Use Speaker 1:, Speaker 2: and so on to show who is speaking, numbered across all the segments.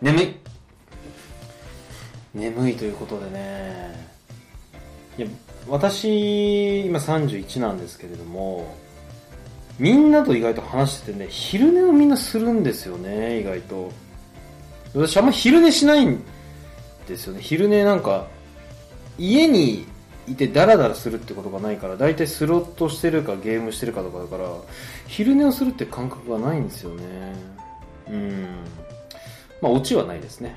Speaker 1: 眠い眠いということでねいや私今31なんですけれどもみんなと意外と話しててね昼寝をみんなするんですよね意外と私あんま昼寝しないんですよね昼寝なんか家にいてダラダラするってことがないから大体スロットしてるかゲームしてるかとかだから昼寝をするって感覚がないんですよねうんまあオチはないですね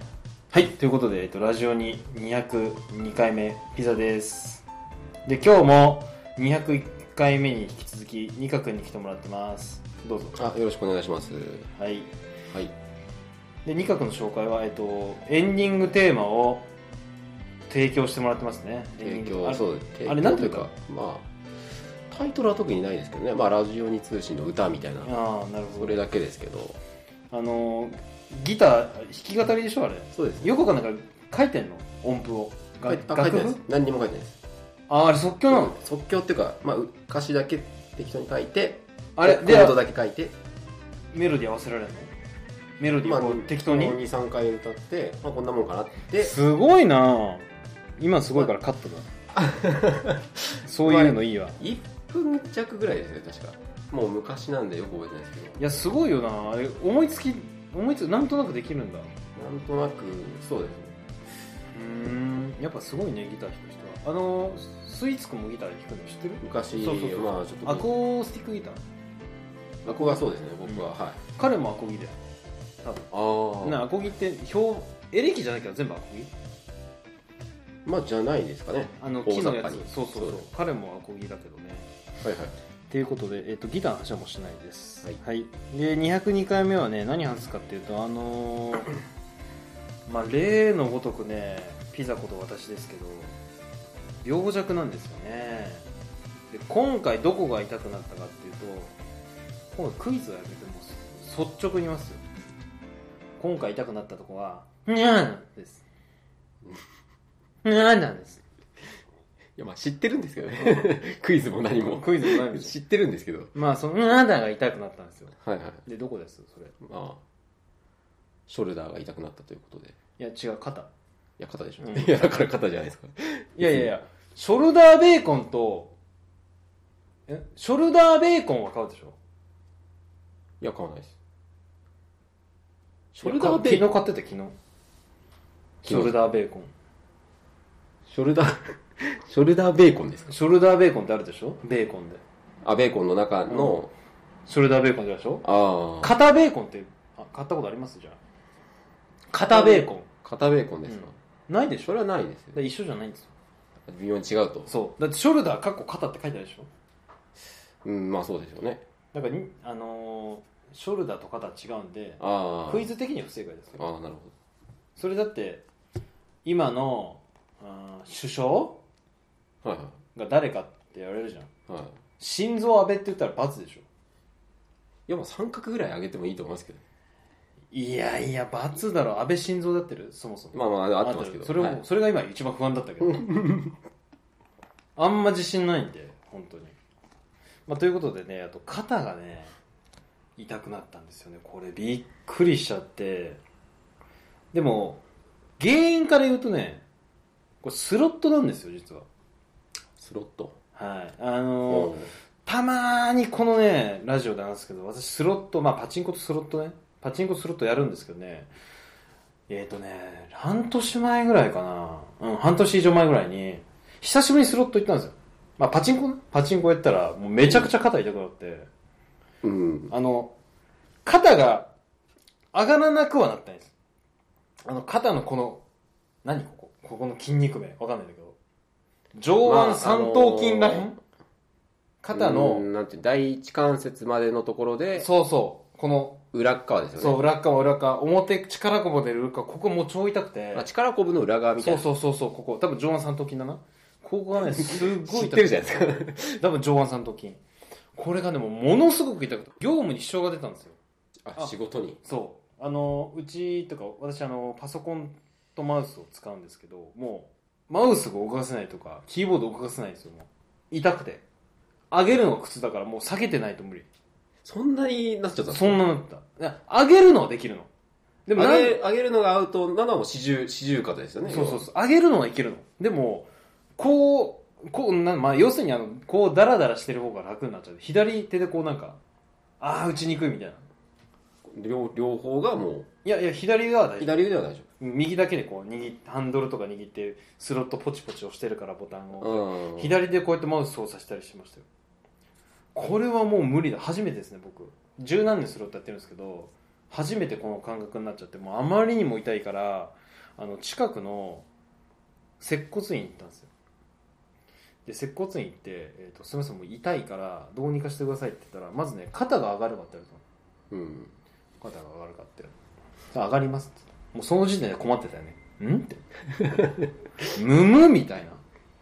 Speaker 1: はいということで、えっと、ラジオに202回目ピザですで今日も201回目に引き続き二課君に来てもらってますどうぞ
Speaker 2: あよろしくお願いします
Speaker 1: はい
Speaker 2: はい
Speaker 1: で二角の紹介は、えっと、エンディングテーマを提供してもらってますねエン
Speaker 2: 提
Speaker 1: ディングテー
Speaker 2: 供
Speaker 1: マ
Speaker 2: そう提供
Speaker 1: あれなんていうか
Speaker 2: まあタイトルは特にないですけどねまあラジオに通信の歌みたいな
Speaker 1: ああなるほど
Speaker 2: それだけですけど
Speaker 1: あのギター弾き語りでしょあれ
Speaker 2: そうですね
Speaker 1: よくわかんないから書いてんの音符をが
Speaker 2: 書いあ書いてないです何にも書いてないです
Speaker 1: ああれ即興なの、
Speaker 2: 即興っていうか、まあ、う歌詞だけ適当に書いて
Speaker 1: あれ
Speaker 2: コ
Speaker 1: で
Speaker 2: ードだけ書いて、
Speaker 1: メロディー合わせられるのメロディ
Speaker 2: ま
Speaker 1: ー
Speaker 2: あ
Speaker 1: をこう、適当に、
Speaker 2: 23回歌って、まあ、こんなもんかなって
Speaker 1: すごいな今すごいからカットだ そういうのいいわ
Speaker 2: 1分弱ぐらいですね確かもう昔なんでよく覚えてないですけ
Speaker 1: いやすごいよなあれ思いつき思いつなんとなくできるんだ
Speaker 2: どなんとなくそうですね
Speaker 1: うーんやっぱすごいねギター弾く人はあのスイーツくんもギター弾くの知ってる
Speaker 2: 昔
Speaker 1: そうそうそう
Speaker 2: まあちょっと
Speaker 1: アコースティックギター
Speaker 2: アコがそうですね僕は、
Speaker 1: う
Speaker 2: はい
Speaker 1: 彼もアコギだよ多分
Speaker 2: ああ
Speaker 1: なアコギって表エレキじゃないけど全部アコギ
Speaker 2: まあじゃないですかね
Speaker 1: あの
Speaker 2: 大
Speaker 1: 木の
Speaker 2: 雑
Speaker 1: や
Speaker 2: 把
Speaker 1: つ
Speaker 2: に
Speaker 1: そうそうそう
Speaker 2: そう
Speaker 1: 彼もアコギだけどね
Speaker 2: はいはい
Speaker 1: っていうことで、えっとギターの話はもうしないです
Speaker 2: はい
Speaker 1: で202回目はね何話すかっていうとあのー まあ例のごとくねピザこと私ですけど病弱なんですよねで今回どこが痛くなったかっていうと今回クイズをやめてもう率直に言いますよ今回痛くなったとこはにゃーなんですにゃーなんです
Speaker 2: いやまあ知ってるんですけど ねクイズも何も
Speaker 1: クイズもないん ですよ
Speaker 2: 知ってるんですけど
Speaker 1: まあそのにゃーだが痛くなったんですよ
Speaker 2: はいはい
Speaker 1: でどこですそれ
Speaker 2: まあショルダーが痛くなったということで
Speaker 1: い
Speaker 2: い
Speaker 1: や違う肩
Speaker 2: や肩でしょ、
Speaker 1: うん
Speaker 2: いやだから肩じゃないですか
Speaker 1: いやいやいやショルダーベーコンとえショルダーベーコンは買うでしょ
Speaker 2: いや買わないですシ
Speaker 1: シ
Speaker 2: ョルダーベーコ
Speaker 1: 昨
Speaker 2: ン
Speaker 1: 日買ってた昨日シ
Speaker 2: 昨日
Speaker 1: ョルダーベーコン
Speaker 2: ショルダー ショルダーベーコンですか
Speaker 1: ショルダーベーコンってあるでしょベーコンで
Speaker 2: あベーコンの中の、
Speaker 1: ショルダーベーコンでしょ
Speaker 2: ああ
Speaker 1: 肩ベーコンってあ買ったことありますじゃあ肩ベーコ
Speaker 2: 肩ベーコンですか、
Speaker 1: ンないでし
Speaker 2: そ
Speaker 1: ょ
Speaker 2: れはないです
Speaker 1: だ
Speaker 2: よ
Speaker 1: から一緒じゃないんですよ
Speaker 2: 微妙に違うと
Speaker 1: そうだってショルダーかっこ肩って書いてあるでしょ
Speaker 2: うんまあそうでしょうね
Speaker 1: だからにあのーショルダーと肩は違うんで
Speaker 2: ああ
Speaker 1: クイズ的には不正解ですよ
Speaker 2: ああなるほど
Speaker 1: それだって今の、あー首相
Speaker 2: はい
Speaker 1: が誰かってやれるじゃん
Speaker 2: はい、はい、
Speaker 1: 心臓安倍って言ったら罰でしょ
Speaker 2: いやまあ三角ぐらい上げてもいいと思いますけど
Speaker 1: いやいや罰だろ安倍心臓だってるそもそも
Speaker 2: まあまあ合ってますけど
Speaker 1: それ,、
Speaker 2: は
Speaker 1: もそれが今一番不安だったけどあんま自信ないんで本当にまあということでねあと肩がね痛くなったんですよねこれびっくりしちゃってでも原因から言うとねこれスロットなんですよ実は
Speaker 2: スロット
Speaker 1: はいあのーたまーにこのね、ラジオで話すけど、私スロット、まあパチンコとスロットね、パチンコとスロットやるんですけどね、えっ、ー、とね、半年前ぐらいかな、うん、半年以上前ぐらいに、久しぶりにスロット行ったんですよ。まあパチンコねパチンコやったら、もうめちゃくちゃ肩痛くなって、
Speaker 2: うん
Speaker 1: あの、肩が上がらなくはなったんです。あの、肩のこの、何ここここの筋肉名わかんないんだけど、上腕三頭筋らへん、
Speaker 2: まああのー
Speaker 1: 肩の、
Speaker 2: うんなんていう第一関節までのところで
Speaker 1: そうそう。この、
Speaker 2: 裏っ側ですよね
Speaker 1: そう、裏っ側、裏っ側、表、力こぼれる裏っ側、ここもう超痛くて
Speaker 2: あ、力こぶの裏側みた
Speaker 1: そ
Speaker 2: いうな
Speaker 1: そうそう、そうここ、多分上腕三頭筋だな。ここが ね、すっごい痛く
Speaker 2: 知ってるじゃないですか
Speaker 1: 多分上腕三頭筋。これがね、もうものすごく痛くて、業務に支障が出たんですよ。
Speaker 2: あ仕事に
Speaker 1: そう。あの、うちとか、私、あの、パソコンとマウスを使うんですけど、もう、マウスが動かせないとか、キーボード動かせないんですよ、もう。痛くて。上げるのが苦痛だから、もう下げてないと無理。
Speaker 2: そんなになっちゃった
Speaker 1: そんなのだったいや。上げるのはできるの。でも
Speaker 2: あ
Speaker 1: なん
Speaker 2: げあげるのがアウトなのも四十四十肩ですよね
Speaker 1: そうそうそう上げるのはいけるのでもこうこうなん、まあ、要するにあのこうダラダラしてる方が楽になっちゃう左手でこうなんかああ打ちにくいみたいな
Speaker 2: 両両方がも
Speaker 1: いやいや左側は
Speaker 2: う
Speaker 1: 大丈夫
Speaker 2: 左腕は大丈
Speaker 1: 右だけでこう握っハンドルとか握ってスロットポチポチ押してるからボタンを、
Speaker 2: 夫、うん、
Speaker 1: 左でこうやってマウス操作したりしましたよこれはもう無理だ初めてですね僕十何年スロットやってるんですけど初めてこの感覚になっちゃってもうあまりにも痛いからあの近くの接骨院行ったんですよで接骨院行って、えーと「すみませんもう痛いからどうにかしてください」って言ったらまずね肩が上がるかって言われたの
Speaker 2: うん、
Speaker 1: 肩が上がるかってさあ上がりますってもうその時点で困ってたよねんって むむみたいな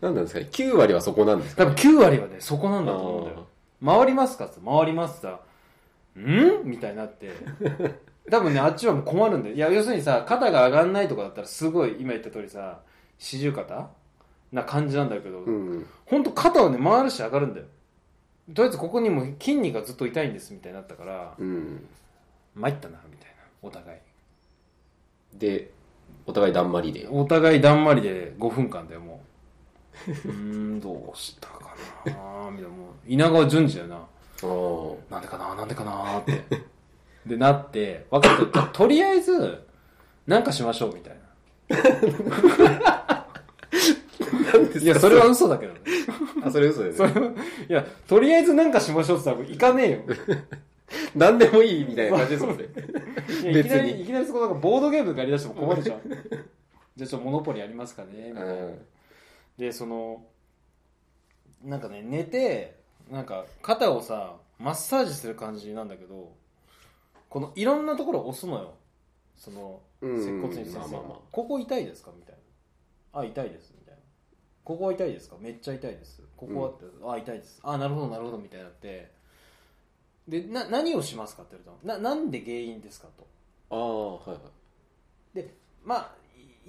Speaker 2: 何なんですかね9割はそこなんですか
Speaker 1: 多分9割はねそこな
Speaker 2: あ
Speaker 1: んだと思うんだよ
Speaker 2: ー
Speaker 1: 回りますかって回りますさんみたいになって多分ねあっちはもう困るんだよいや要するにさ肩が上がんないとかだったらすごい今言った通りさ四十肩な感じなんだけど、
Speaker 2: うん
Speaker 1: ほんと肩はね回るし上がるんだよとりあえずここにも筋肉がずっと痛いんですみたいになったから
Speaker 2: うん
Speaker 1: 参ったなみたいなお互い
Speaker 2: でお互いだんまりで
Speaker 1: お互いだんまりで5分間だよも ううーんどうしたかなみたいなもう稲川淳二だよな
Speaker 2: あー
Speaker 1: なんでかななんでかなって。で、なって、分かった。とりあえず、なんかしましょう、みたいな。いや、それは嘘だけどね。
Speaker 2: あそれ嘘です
Speaker 1: それ
Speaker 2: ね
Speaker 1: はいや、とりあえずなんかしましょうって言ったら、行かね
Speaker 2: 何でもいいみたいな感じですもんね
Speaker 1: えよ。いやいきな
Speaker 2: 別
Speaker 1: り、
Speaker 2: に
Speaker 1: いきなりそこなんかボードゲームとかやり出しても困るじゃん。じゃあちょっとモノポリやりますかね、みたいな。でそのなんかね寝てなんか肩をさマッサージする感じなんだけどこのいろんなところを押すのよその
Speaker 2: うん
Speaker 1: 接骨院先生が
Speaker 2: まあまあまあ
Speaker 1: ここ痛いですか?」みたいな「あ痛いです」みたいな「ここは痛いですかめっちゃ痛いです」「ここは」って「あ痛いです」「あなるほどなるほど」みたいになってでな何をしますかって言われたのななんで原因ですかと
Speaker 2: ああはいはい
Speaker 1: でまあ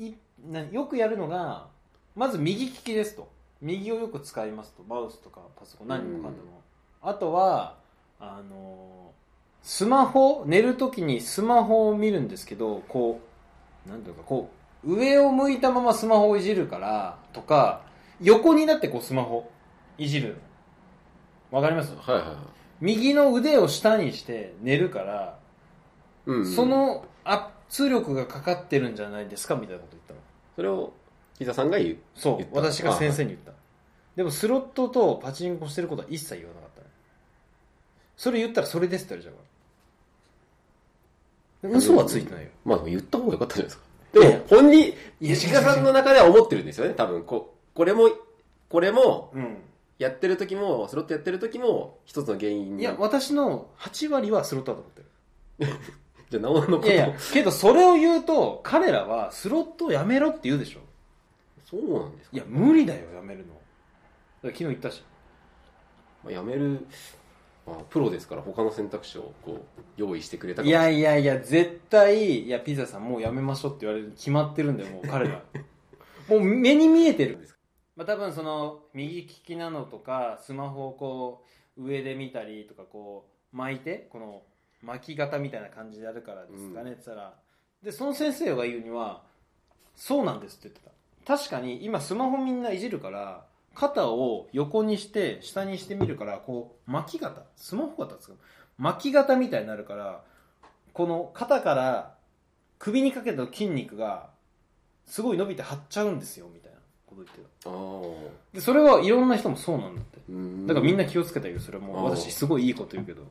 Speaker 1: いなよくやるのがまず右利きですと右をよく使いますとマウスとかパソコン何もかんでも、あとはあのースマホ寝るときにスマホを見るんですけどこうなんていうかこう上を向いたままスマホをいじるからとか横になってこうスマホいじるわかります
Speaker 2: はいはいはい
Speaker 1: 右の腕を下にして寝るから
Speaker 2: うんうん
Speaker 1: その圧力がかかってるんじゃないですかみたいなこと言ったの
Speaker 2: それを木田さんが言う
Speaker 1: そ
Speaker 2: 言っ
Speaker 1: う
Speaker 2: た
Speaker 1: 私が先生に言ったでもスロットとパチンコしてることは一切言わなかったねそれ言ったらそれですって言われちゃうから嘘はついてないよ
Speaker 2: まあでも言った方が良かったじゃないですか
Speaker 1: いやい
Speaker 2: で
Speaker 1: や
Speaker 2: も本人
Speaker 1: いや
Speaker 2: 木田さんの中では思ってるんですよね多分ここれもこれも
Speaker 1: うん
Speaker 2: やってる時もスロットやってる時も一つの原因に
Speaker 1: いや私の8割はスロットだと思ってる
Speaker 2: じゃあなおのこと
Speaker 1: いやいやけどそれを言うと彼らはスロットをやめろって言うでしょ
Speaker 2: そうなんです
Speaker 1: い
Speaker 2: か
Speaker 1: や無理だよやめるのだから昨日言ったし
Speaker 2: まあやめる、まあ、プロですから他の選択肢をこう用意してくれたか
Speaker 1: い
Speaker 2: もしれな
Speaker 1: やいやいや、絶対、いや、ピザさんもうやめましょうって言われるに決まってるんだよ、もう 彼ら。もう目に見えてる。まあ多分その、右利きなのとか、スマホをこう、上で見たりとか、こう、巻いて、この、巻き型みたいな感じでやるからですかね、って言ったら、で、その先生が言うには、そうなんですって言ってた。確かに、今スマホみんないじるから、肩を横にして、下にしてみるから、こう、巻き型、スマホ型ですか巻き型みたいになるから、この肩から首にかけての筋肉がすごい伸びて張っちゃうんですよみたいなこと言ってた
Speaker 2: ああ
Speaker 1: でそれはいろんな人もそうなんだって
Speaker 2: うん
Speaker 1: だからみんな気をつけたよそれはもう
Speaker 2: あー
Speaker 1: 私すごいいいこと言うけど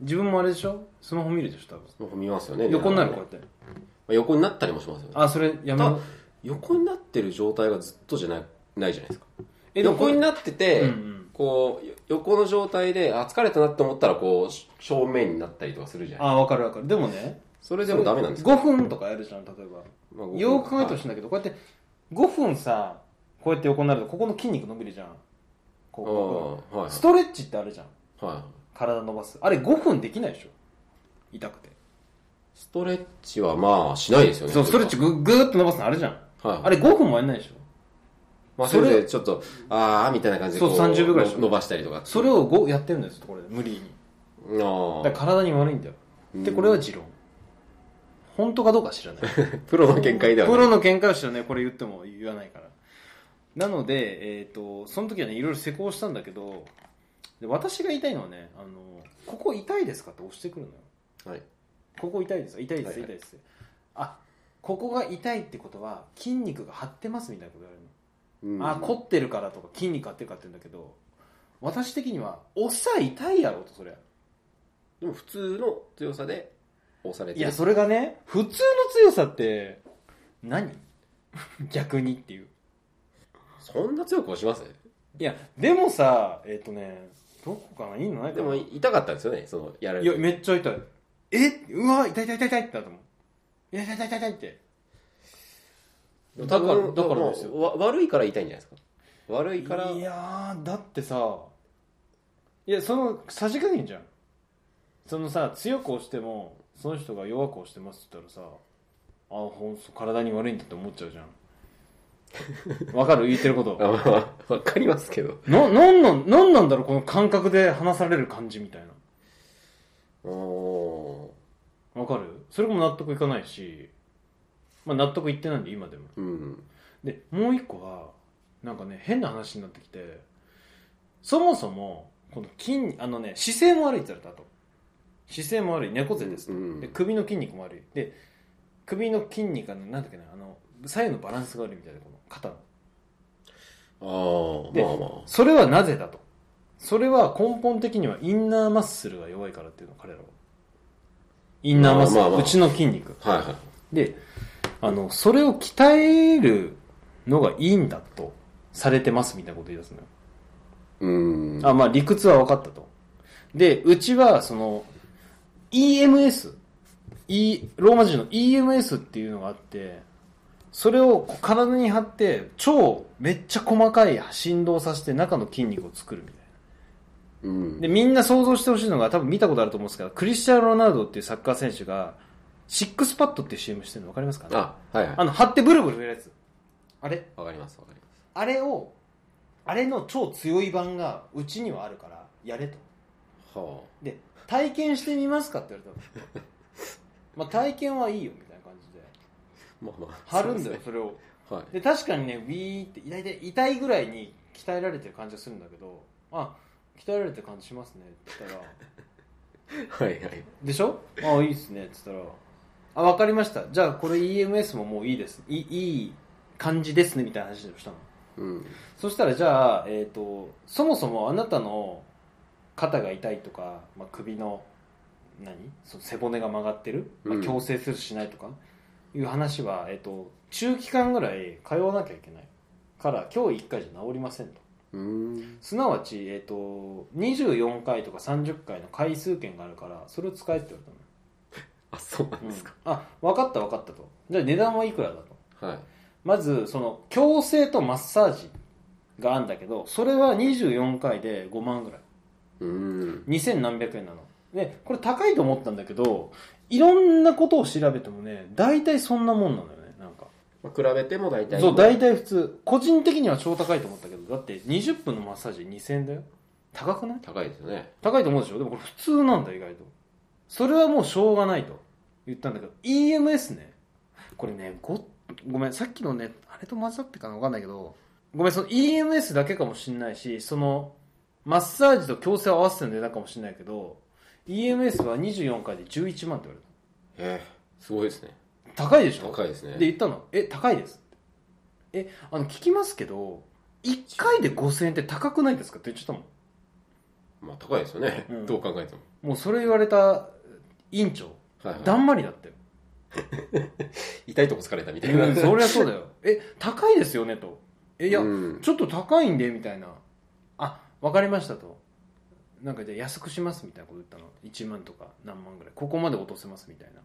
Speaker 1: 自分もあれでしょスマホ見るでしょ多分
Speaker 2: なんか見ますよね
Speaker 1: 横になる
Speaker 2: ま
Speaker 1: こうやって
Speaker 2: あ横になったりもしますよね
Speaker 1: あそれやめよう
Speaker 2: 横になってる状態がずっとじゃないないじゃないですか
Speaker 1: えでも
Speaker 2: 横になってて、
Speaker 1: うんうん
Speaker 2: こうよ横の状態であ疲れたなって思ったらこうし正面になったりとかするじゃない
Speaker 1: あ分かる分かるでもね
Speaker 2: それでもダメなんですか、
Speaker 1: 5分とかやるじゃん例えば
Speaker 2: まあご
Speaker 1: よく考えてほしい
Speaker 2: は
Speaker 1: んだけど、こうやって5分さこうやって横になるとここの筋肉伸びるじゃんこうこ
Speaker 2: ああは
Speaker 1: こ
Speaker 2: い
Speaker 1: ストレッチってあるじゃん
Speaker 2: はい
Speaker 1: 体伸ばすあれ5分できないでしょ痛くて
Speaker 2: ストレッチはまあしないですよね
Speaker 1: そうストレッチぐぐーっと伸ばすのあるじゃん
Speaker 2: はい
Speaker 1: あれ5分もやんないでしょ
Speaker 2: まあ、
Speaker 1: そ
Speaker 2: そ
Speaker 1: れ
Speaker 2: れでちょっとああみたいな感じでこ
Speaker 1: そう30秒ぐらいでしょ
Speaker 2: の伸ばしたりとか
Speaker 1: それを5やってるんですこれで無理に
Speaker 2: あ
Speaker 1: だから体に悪いんだよ
Speaker 2: あ
Speaker 1: でこれは持論本当かどうか知らない
Speaker 2: プロの 見解では
Speaker 1: プ
Speaker 2: ない
Speaker 1: ロの見解は知らないこれ言っても言わないからなので、えっとその時はねいろいろ施工したんだけどで私が言いたいのはねあのここ痛いですかって押してくるのよ
Speaker 2: はい
Speaker 1: ここ痛いです痛いで
Speaker 2: はい
Speaker 1: す
Speaker 2: はい
Speaker 1: 痛いです、あここが痛いってことは筋肉が張ってますみたいなこと言われるの
Speaker 2: うん
Speaker 1: あ凝ってるからとか筋肉張ってるからって言うんだけど私的には押さえ痛いやろとそりゃ
Speaker 2: でも普通の強さで押されて
Speaker 1: いやそれがね普通の強さって何 逆にっていう
Speaker 2: そんな強く押します
Speaker 1: いやでもさえっ、とねどこかないいのないか
Speaker 2: で
Speaker 1: な
Speaker 2: も痛かったんですよねそのやられ
Speaker 1: い
Speaker 2: る
Speaker 1: やめっちゃ痛いえうわ痛い痛い痛い痛いってなったもんいや痛い痛い痛い痛いって
Speaker 2: だ
Speaker 1: だ
Speaker 2: か
Speaker 1: かららだからですよ
Speaker 2: わ悪いから痛いんじゃないですか悪いから
Speaker 1: いやーだってさいやそのさじ加減じゃんそのさ強く押してもその人が弱く押してますって言ったらさあほんと体に悪いんだって思っちゃうじゃ んわかる言ってること
Speaker 2: あまあわ かりますけど
Speaker 1: な、なんなん、なんなんだろう、この感覚で話される感じみたいな。
Speaker 2: お
Speaker 1: わかるそれも納得いかないし、まあ納得いってないんで、今でも。
Speaker 2: ーうん
Speaker 1: で、もう一個は、なんかね、変な話になってきて、そもそも、この筋、あのね、姿勢も悪いって言われたと。姿勢も悪い、猫背ですと。
Speaker 2: うん
Speaker 1: で、首の筋肉も悪い。で、首の筋肉が、なんだっけな、あの、左右のバランスが悪いみたいな、この肩の。
Speaker 2: ああ
Speaker 1: で
Speaker 2: まあまあ
Speaker 1: それはなぜだと。それは根本的にはインナーマッスルが弱いからっていうの、彼らは。インナーマッスル、
Speaker 2: まあまあま
Speaker 1: う
Speaker 2: あ
Speaker 1: ちの筋肉。
Speaker 2: はいはい
Speaker 1: で、あの、それを鍛えるのがいいんだと、されてますみたいなこと言い出すのよ。
Speaker 2: うん
Speaker 1: あ、まあ理屈は分かったと。で、うちは、その、EMS、e、ローマ字の EMS っていうのがあって、それをこう体に貼って、超めっちゃ細かい振動させて中の筋肉を作るみたいな。
Speaker 2: うん
Speaker 1: で、みんな想像してほしいのが、多分見たことあると思うんですけど、クリスチャーノ・ロナウドっていうサッカー選手が、シックスパッドっていう CM してるの分かりますかね
Speaker 2: あはいはい
Speaker 1: あの、貼ってブルブル振るやつ。あれ
Speaker 2: わかりますわかります
Speaker 1: あれを、あれの超強い版がうちにはあるから、やれと。
Speaker 2: は
Speaker 1: で、体験してみますかって言われたの。 まあ、体験はいいよ、みたいな感じで。
Speaker 2: あまあまあ
Speaker 1: 貼るんだ
Speaker 2: そ
Speaker 1: よ
Speaker 2: うで、す
Speaker 1: それを。
Speaker 2: ねはい
Speaker 1: で、確かにね、ウィーって、痛い痛い痛いぐらいに鍛えられてる感じがするんだけど、あ、鍛えられてる感じしますね、って言ったら、
Speaker 2: はいはい
Speaker 1: でしょああいいっすねっつったら「あわかりましたじゃあこれ EMS ももういいですいいい感じですね」みたいな話をしたの
Speaker 2: うん
Speaker 1: そしたらじゃあ、えー、とそもそもあなたの肩が痛いとか、まあ、首の何その背骨が曲がってる、まあ
Speaker 2: うん
Speaker 1: 矯正するしないとかいう話は、えー、と中期間ぐらい通わなきゃいけないから今日1回じゃ治りませんと
Speaker 2: うん
Speaker 1: すなわち、えー、と24回とか30回の回数券があるからそれを使えって言われたの
Speaker 2: あそうなん
Speaker 1: うん
Speaker 2: ですか、
Speaker 1: あ分かった分かったとじゃあ値段はいくらだと
Speaker 2: はい
Speaker 1: まずその矯正とマッサージがあるんだけどそれは24回で5万ぐらい
Speaker 2: うん
Speaker 1: 2000何百円なのでこれ高いと思ったんだけどいろんなことを調べてもね大体そんなもんなのよねなんか
Speaker 2: まあ、比べても大体
Speaker 1: そう大体普通個人的には超高いと思ったけどだって20分のマッサージ2000円だよ高くない
Speaker 2: 高いですよね
Speaker 1: 高いと思うでしょでもこれ普通なんだよ意外とそれはもうしょうがないと言ったんだけど EMS ねこれねごごめんさっきのねあれと混ざってかな分かんないけどごめんその EMS だけかもしんないしそのマッサージと矯正を合わせての値段かもしんないけど EMS は24回で11万って言わ
Speaker 2: ええすごいですね
Speaker 1: れた高いでしょ
Speaker 2: 高いですね
Speaker 1: で言ったの「え高いです」えあの聞きますけど1回で5000円って高くないですか?」って言っちゃったもん
Speaker 2: まあ高いですよね、
Speaker 1: うん
Speaker 2: どう考えても
Speaker 1: もうそれ言われた院長
Speaker 2: はい、
Speaker 1: だ
Speaker 2: は
Speaker 1: んまりだったよ
Speaker 2: い、痛いとこ疲れたみたいな、
Speaker 1: うんそりゃそうだよ え高いですよねとえいや、
Speaker 2: うん
Speaker 1: ちょっと高いんでみたいなあわかりましたとなんかじゃあ安くしますみたいなこと言ったの1万とか何万ぐらいここまで落とせますみたいな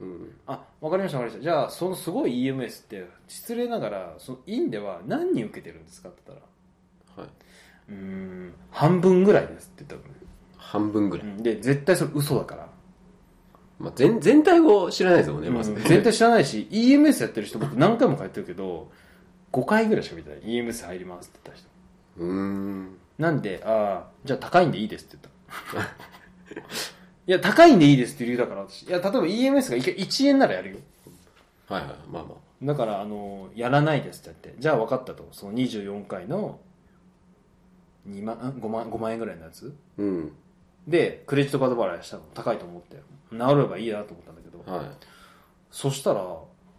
Speaker 2: うん
Speaker 1: あわかりましたわかりましたじゃあそのすごい EMS って失礼ながらその院では何人受けてるんですかって言ったら
Speaker 2: はい、
Speaker 1: うーん半分ぐらいですって言ったのね
Speaker 2: 半分ぐらい、
Speaker 1: うんで絶対それ嘘だから
Speaker 2: まあ、全全体を知らないですもんね、
Speaker 1: うん
Speaker 2: まずね
Speaker 1: 絶対知らないし EMS やってる人僕何回も通ってるけど5回ぐらいしか見てない EMS 入りますって言った人
Speaker 2: うーん
Speaker 1: なんでああじゃあ高いんでいいですって言っいや、高いんでいいですっていう理由だから、私。いや、例えば EMS が一回1円ならやるよ。
Speaker 2: はいはいまあま
Speaker 1: だから、あの、やらないですってやって。じゃあ分かったと。その24回の、2万、ん5万、5万円ぐらいのやつ
Speaker 2: あうん
Speaker 1: で、クレジットカード払いしたの。高いと思って。治ればいいなと思ったんだけど。
Speaker 2: は
Speaker 1: そしたら、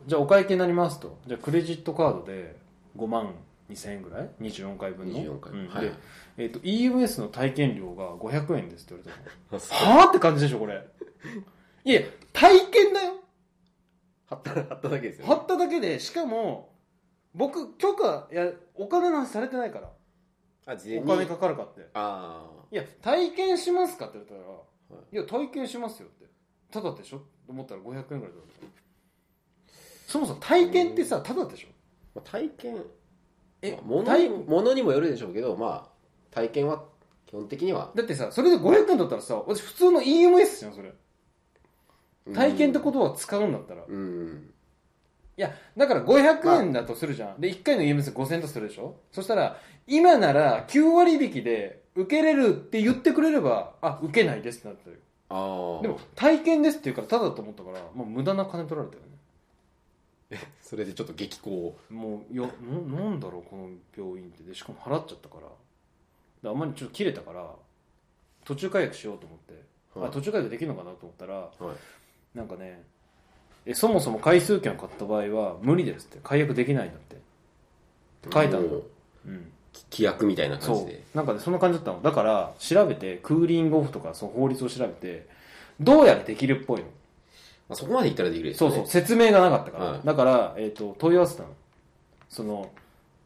Speaker 1: じゃあお会計になりますと。じゃあクレジットカードで5万2000円ぐらい ?24 回
Speaker 2: い
Speaker 1: 分の。
Speaker 2: 24回、
Speaker 1: うん
Speaker 2: はい
Speaker 1: で、えっ、と、EMS の体験料が500円ですって言われたの。
Speaker 2: あそう
Speaker 1: はぁって感じでしょ、これ。いや、体験だよ。
Speaker 2: 貼った 貼っただけですよね
Speaker 1: 貼っただけで、しかも、僕、許可、いや、お金の話されてないから。
Speaker 2: あ事前
Speaker 1: お
Speaker 2: に
Speaker 1: 金かかるかって。
Speaker 2: あ
Speaker 1: いや、体験しますかって言ったら、い
Speaker 2: い
Speaker 1: や、体験しますよって。ただでしょと思ったら500円ぐらいだった。そもそも体験ってさ、ただでしょ
Speaker 2: あ、まあ、体験
Speaker 1: え
Speaker 2: まあ、物
Speaker 1: 体
Speaker 2: に物にもよるでしょうけどまあ体験は基本的には
Speaker 1: だってさ、それで500円だったらさ、私普通の EMS じゃん、それ。体験ってことは使うんだったら。い
Speaker 2: うん
Speaker 1: や、だから500円だとするじゃん。で、1回の EMS 5000円とするでしょそしたら、今なら9割引きで受けれるって言ってくれれば、あ、受けないですってなったよ。
Speaker 2: ああ
Speaker 1: でも、体験ですって言うから、ただと思ったから、もう無駄な金取られたよね。
Speaker 2: それでちょっと激高
Speaker 1: もうよななんだろうこの病院ってでしかも払っちゃったからであまりちょっと切れたから途中解約しようと思って、
Speaker 2: はい
Speaker 1: あ途中解約できるのかなと思ったら
Speaker 2: はい
Speaker 1: なんかねえそもそも回数券を買った場合は無理ですって解約できないんだってって書いてあるの
Speaker 2: もう
Speaker 1: うん
Speaker 2: き規約みたいな感じ
Speaker 1: そ
Speaker 2: で
Speaker 1: うなんかねそんな感じだったのだから調べてクーリングオフとかその法律を調べてどうやらできるっぽいの
Speaker 2: まあ、そこまでいったらできるです
Speaker 1: そ
Speaker 2: よ
Speaker 1: う
Speaker 2: ね
Speaker 1: そう、説明がなかったから。
Speaker 2: はい
Speaker 1: だから、えっ、と、問い合わせたの。その、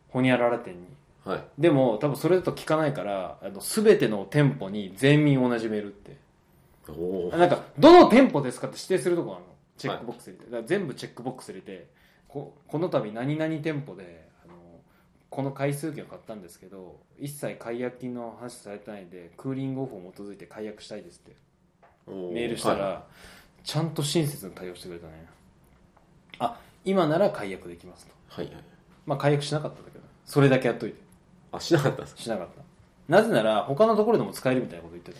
Speaker 1: ホニャララ店に。
Speaker 2: うはい
Speaker 1: でも、多分それだと聞かないから、あの、すべての店舗に全員同じメールって。
Speaker 2: おお
Speaker 1: あなんか、どの店舗ですかって指定するとこあるの。チェックボックス入れて。だから全部チェックボックス入れて、ここの度何々店舗で、あの、この回数券を買ったんですけど、一切解約金の話されてないんで、クーリングオフを基づいて解約したいですって。メールしたら、ちゃんと親切に対応してくれたねあ今なら解約できますと
Speaker 2: はい、はいはい
Speaker 1: まあ解約しなかったんだけどそれだけやっといて
Speaker 2: あしなかったんですか
Speaker 1: しなかったなぜなら他のところでも使えるみたいなこと言ってた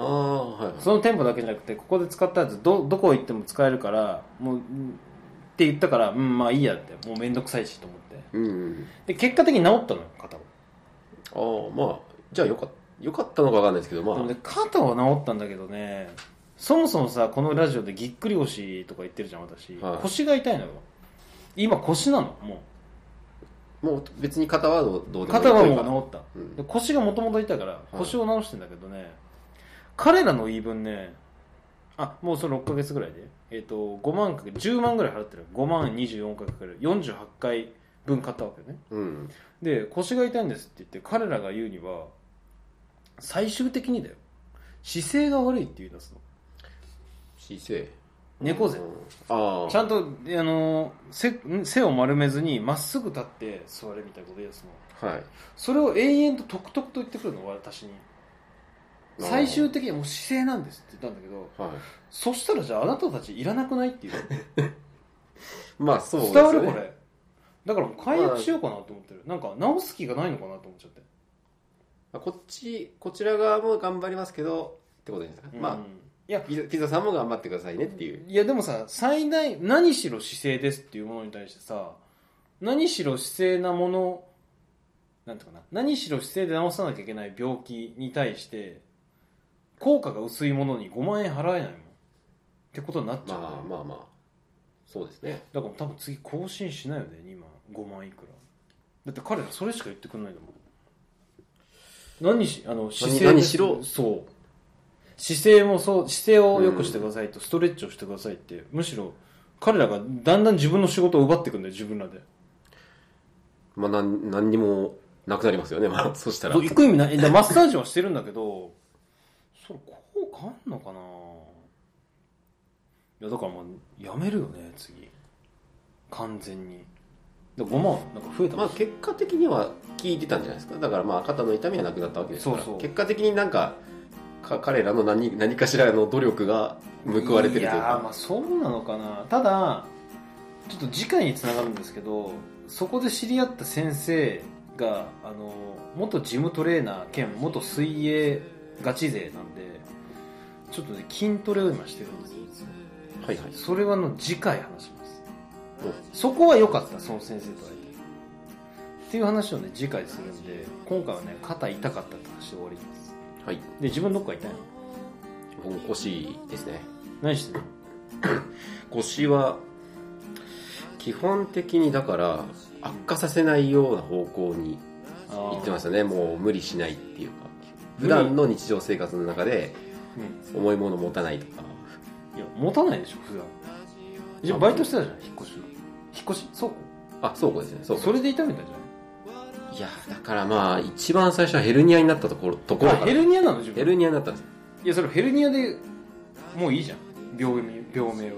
Speaker 2: ああはいはい
Speaker 1: その店舗だけじゃなくてここで使ったやつどどこ行っても使えるからもううんって言ったからうんまあいいやってもう面倒くさいしと思って
Speaker 2: うんうん
Speaker 1: で結果的に治ったのよ肩は
Speaker 2: ああまあじゃあよかったよかったのかわかんないですけどま
Speaker 1: でも
Speaker 2: あ
Speaker 1: ね肩は治ったんだけどねそもそもさこのラジオでぎっくり腰とか言ってるじゃん私、
Speaker 2: はい
Speaker 1: 腰が痛いのよ今腰なのもう
Speaker 2: もう別に肩はどうどうでもいい
Speaker 1: 肩はもう治っ
Speaker 2: う
Speaker 1: たで
Speaker 2: ん、
Speaker 1: 腰がもともと痛いから腰を治してんだけどね、彼らの言い分ねあもうその6ヶ月ぐらいで、えっと5万かけ10万ぐらい払ってる5万24回かける48回分買ったわけね
Speaker 2: うん、
Speaker 1: で腰が痛いんですって言って彼らが言うには最終的にだよ姿勢が悪いって言い出すの
Speaker 2: 姿勢
Speaker 1: 猫背
Speaker 2: うんああ
Speaker 1: ちゃんと、あの背背を丸めずにまっすぐ立って座れみたいなこと言い出すの
Speaker 2: はい
Speaker 1: それを永遠ととくとくと言ってくるの私に最終的にはもう姿勢なんですって言ったんだけど
Speaker 2: はい
Speaker 1: そしたらじゃああなたたちいらなくないっていう
Speaker 2: まあ そうです
Speaker 1: 伝わ
Speaker 2: よ
Speaker 1: る
Speaker 2: ね
Speaker 1: これだからもう解約しようかなと思ってる、なんか直す気がないのかなと思っちゃって
Speaker 2: まあこっちこちら側も頑張りますけどってことじゃないですか、ま
Speaker 1: う
Speaker 2: あ
Speaker 1: んいや
Speaker 2: ピザピザさんも頑張ってくださいねっていう、
Speaker 1: いやでもさ最大何しろ姿勢ですっていうものに対してさ何しろ姿勢なものなんていうかな何しろ姿勢で直さなきゃいけない病気に対して効果が薄いものに5万円払えないもんってことになっちゃう、ね
Speaker 2: まあまあまあそうですね
Speaker 1: だから多分次更新しないよね今5万いくらだって彼らそれしか言ってくんないんだもん何しあの姿勢
Speaker 2: 何
Speaker 1: です
Speaker 2: しろ
Speaker 1: そう姿勢もそう姿勢を良くしてくださいと、ストレッチをしてくださいってむしろ彼らがだんだん自分の仕事を奪っていくんだよ自分らで
Speaker 2: まあなん何にもなくなりますよねまあそしたら
Speaker 1: そう行く意味ないえだからマッサージはしてるんだけど それ効果あんのかないやだからもうやめるよね次完全にで5万なんか増えたもん
Speaker 2: まあ結果的には聞いてたんじゃないですかだからまあ肩の痛みはなくなったわけですから
Speaker 1: そうそう
Speaker 2: 結果的になんかか彼らの何何かしらの努力が報われてる
Speaker 1: や
Speaker 2: という
Speaker 1: ーま
Speaker 2: か
Speaker 1: あそうなのかなただちょっと次回につながるんですけどそこで知り合った先生があの元ジムトレーナー兼元水泳ガチ勢なんでちょっとね筋トレを今してるんですよ
Speaker 2: はいはい
Speaker 1: それはあの次回話します
Speaker 2: お
Speaker 1: そこは良かったその先生と会えてっていう話をね次回するんで今回はね肩痛かったって話で終わります
Speaker 2: はい
Speaker 1: で自分どっか痛いの
Speaker 2: 僕も腰ですね
Speaker 1: 何してんの
Speaker 2: 腰は基本的にだから悪化させないような方向に
Speaker 1: あ
Speaker 2: 行ってました
Speaker 1: ね、
Speaker 2: ねもう無理しないっていうか
Speaker 1: 無理
Speaker 2: 普段の日常生活の中で
Speaker 1: う
Speaker 2: 重いもの持たないとか
Speaker 1: んいや持たないでしょ普段じゃあバイトしてたじゃん引っ越し引っ越し倉庫
Speaker 2: あ倉庫ですね倉庫
Speaker 1: それで痛めたじゃ
Speaker 2: いやだからまあ一番最初はヘルニアになったところところ
Speaker 1: んあ
Speaker 2: から
Speaker 1: ヘルニアなの自分
Speaker 2: ヘルニアになったんですよ
Speaker 1: いやそれヘルニアでもういいじゃん病名病名は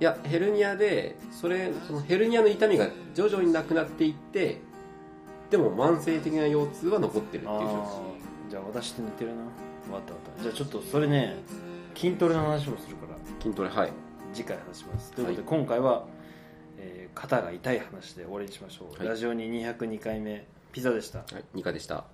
Speaker 1: い
Speaker 2: やヘルニアでそれそのヘルニアの痛みが徐々になくなっていってでも慢性的な腰痛は残ってるっていう状況
Speaker 1: じゃあ私と似てるな分かった分かったじゃあちょっとそれね筋トレの話もするから
Speaker 2: 筋トレはい
Speaker 1: 次回話しますということで、今回は、えー肩が痛い話で終わりにしましょう、
Speaker 2: はい
Speaker 1: ラジオに202回目ピザでした
Speaker 2: はいニカでした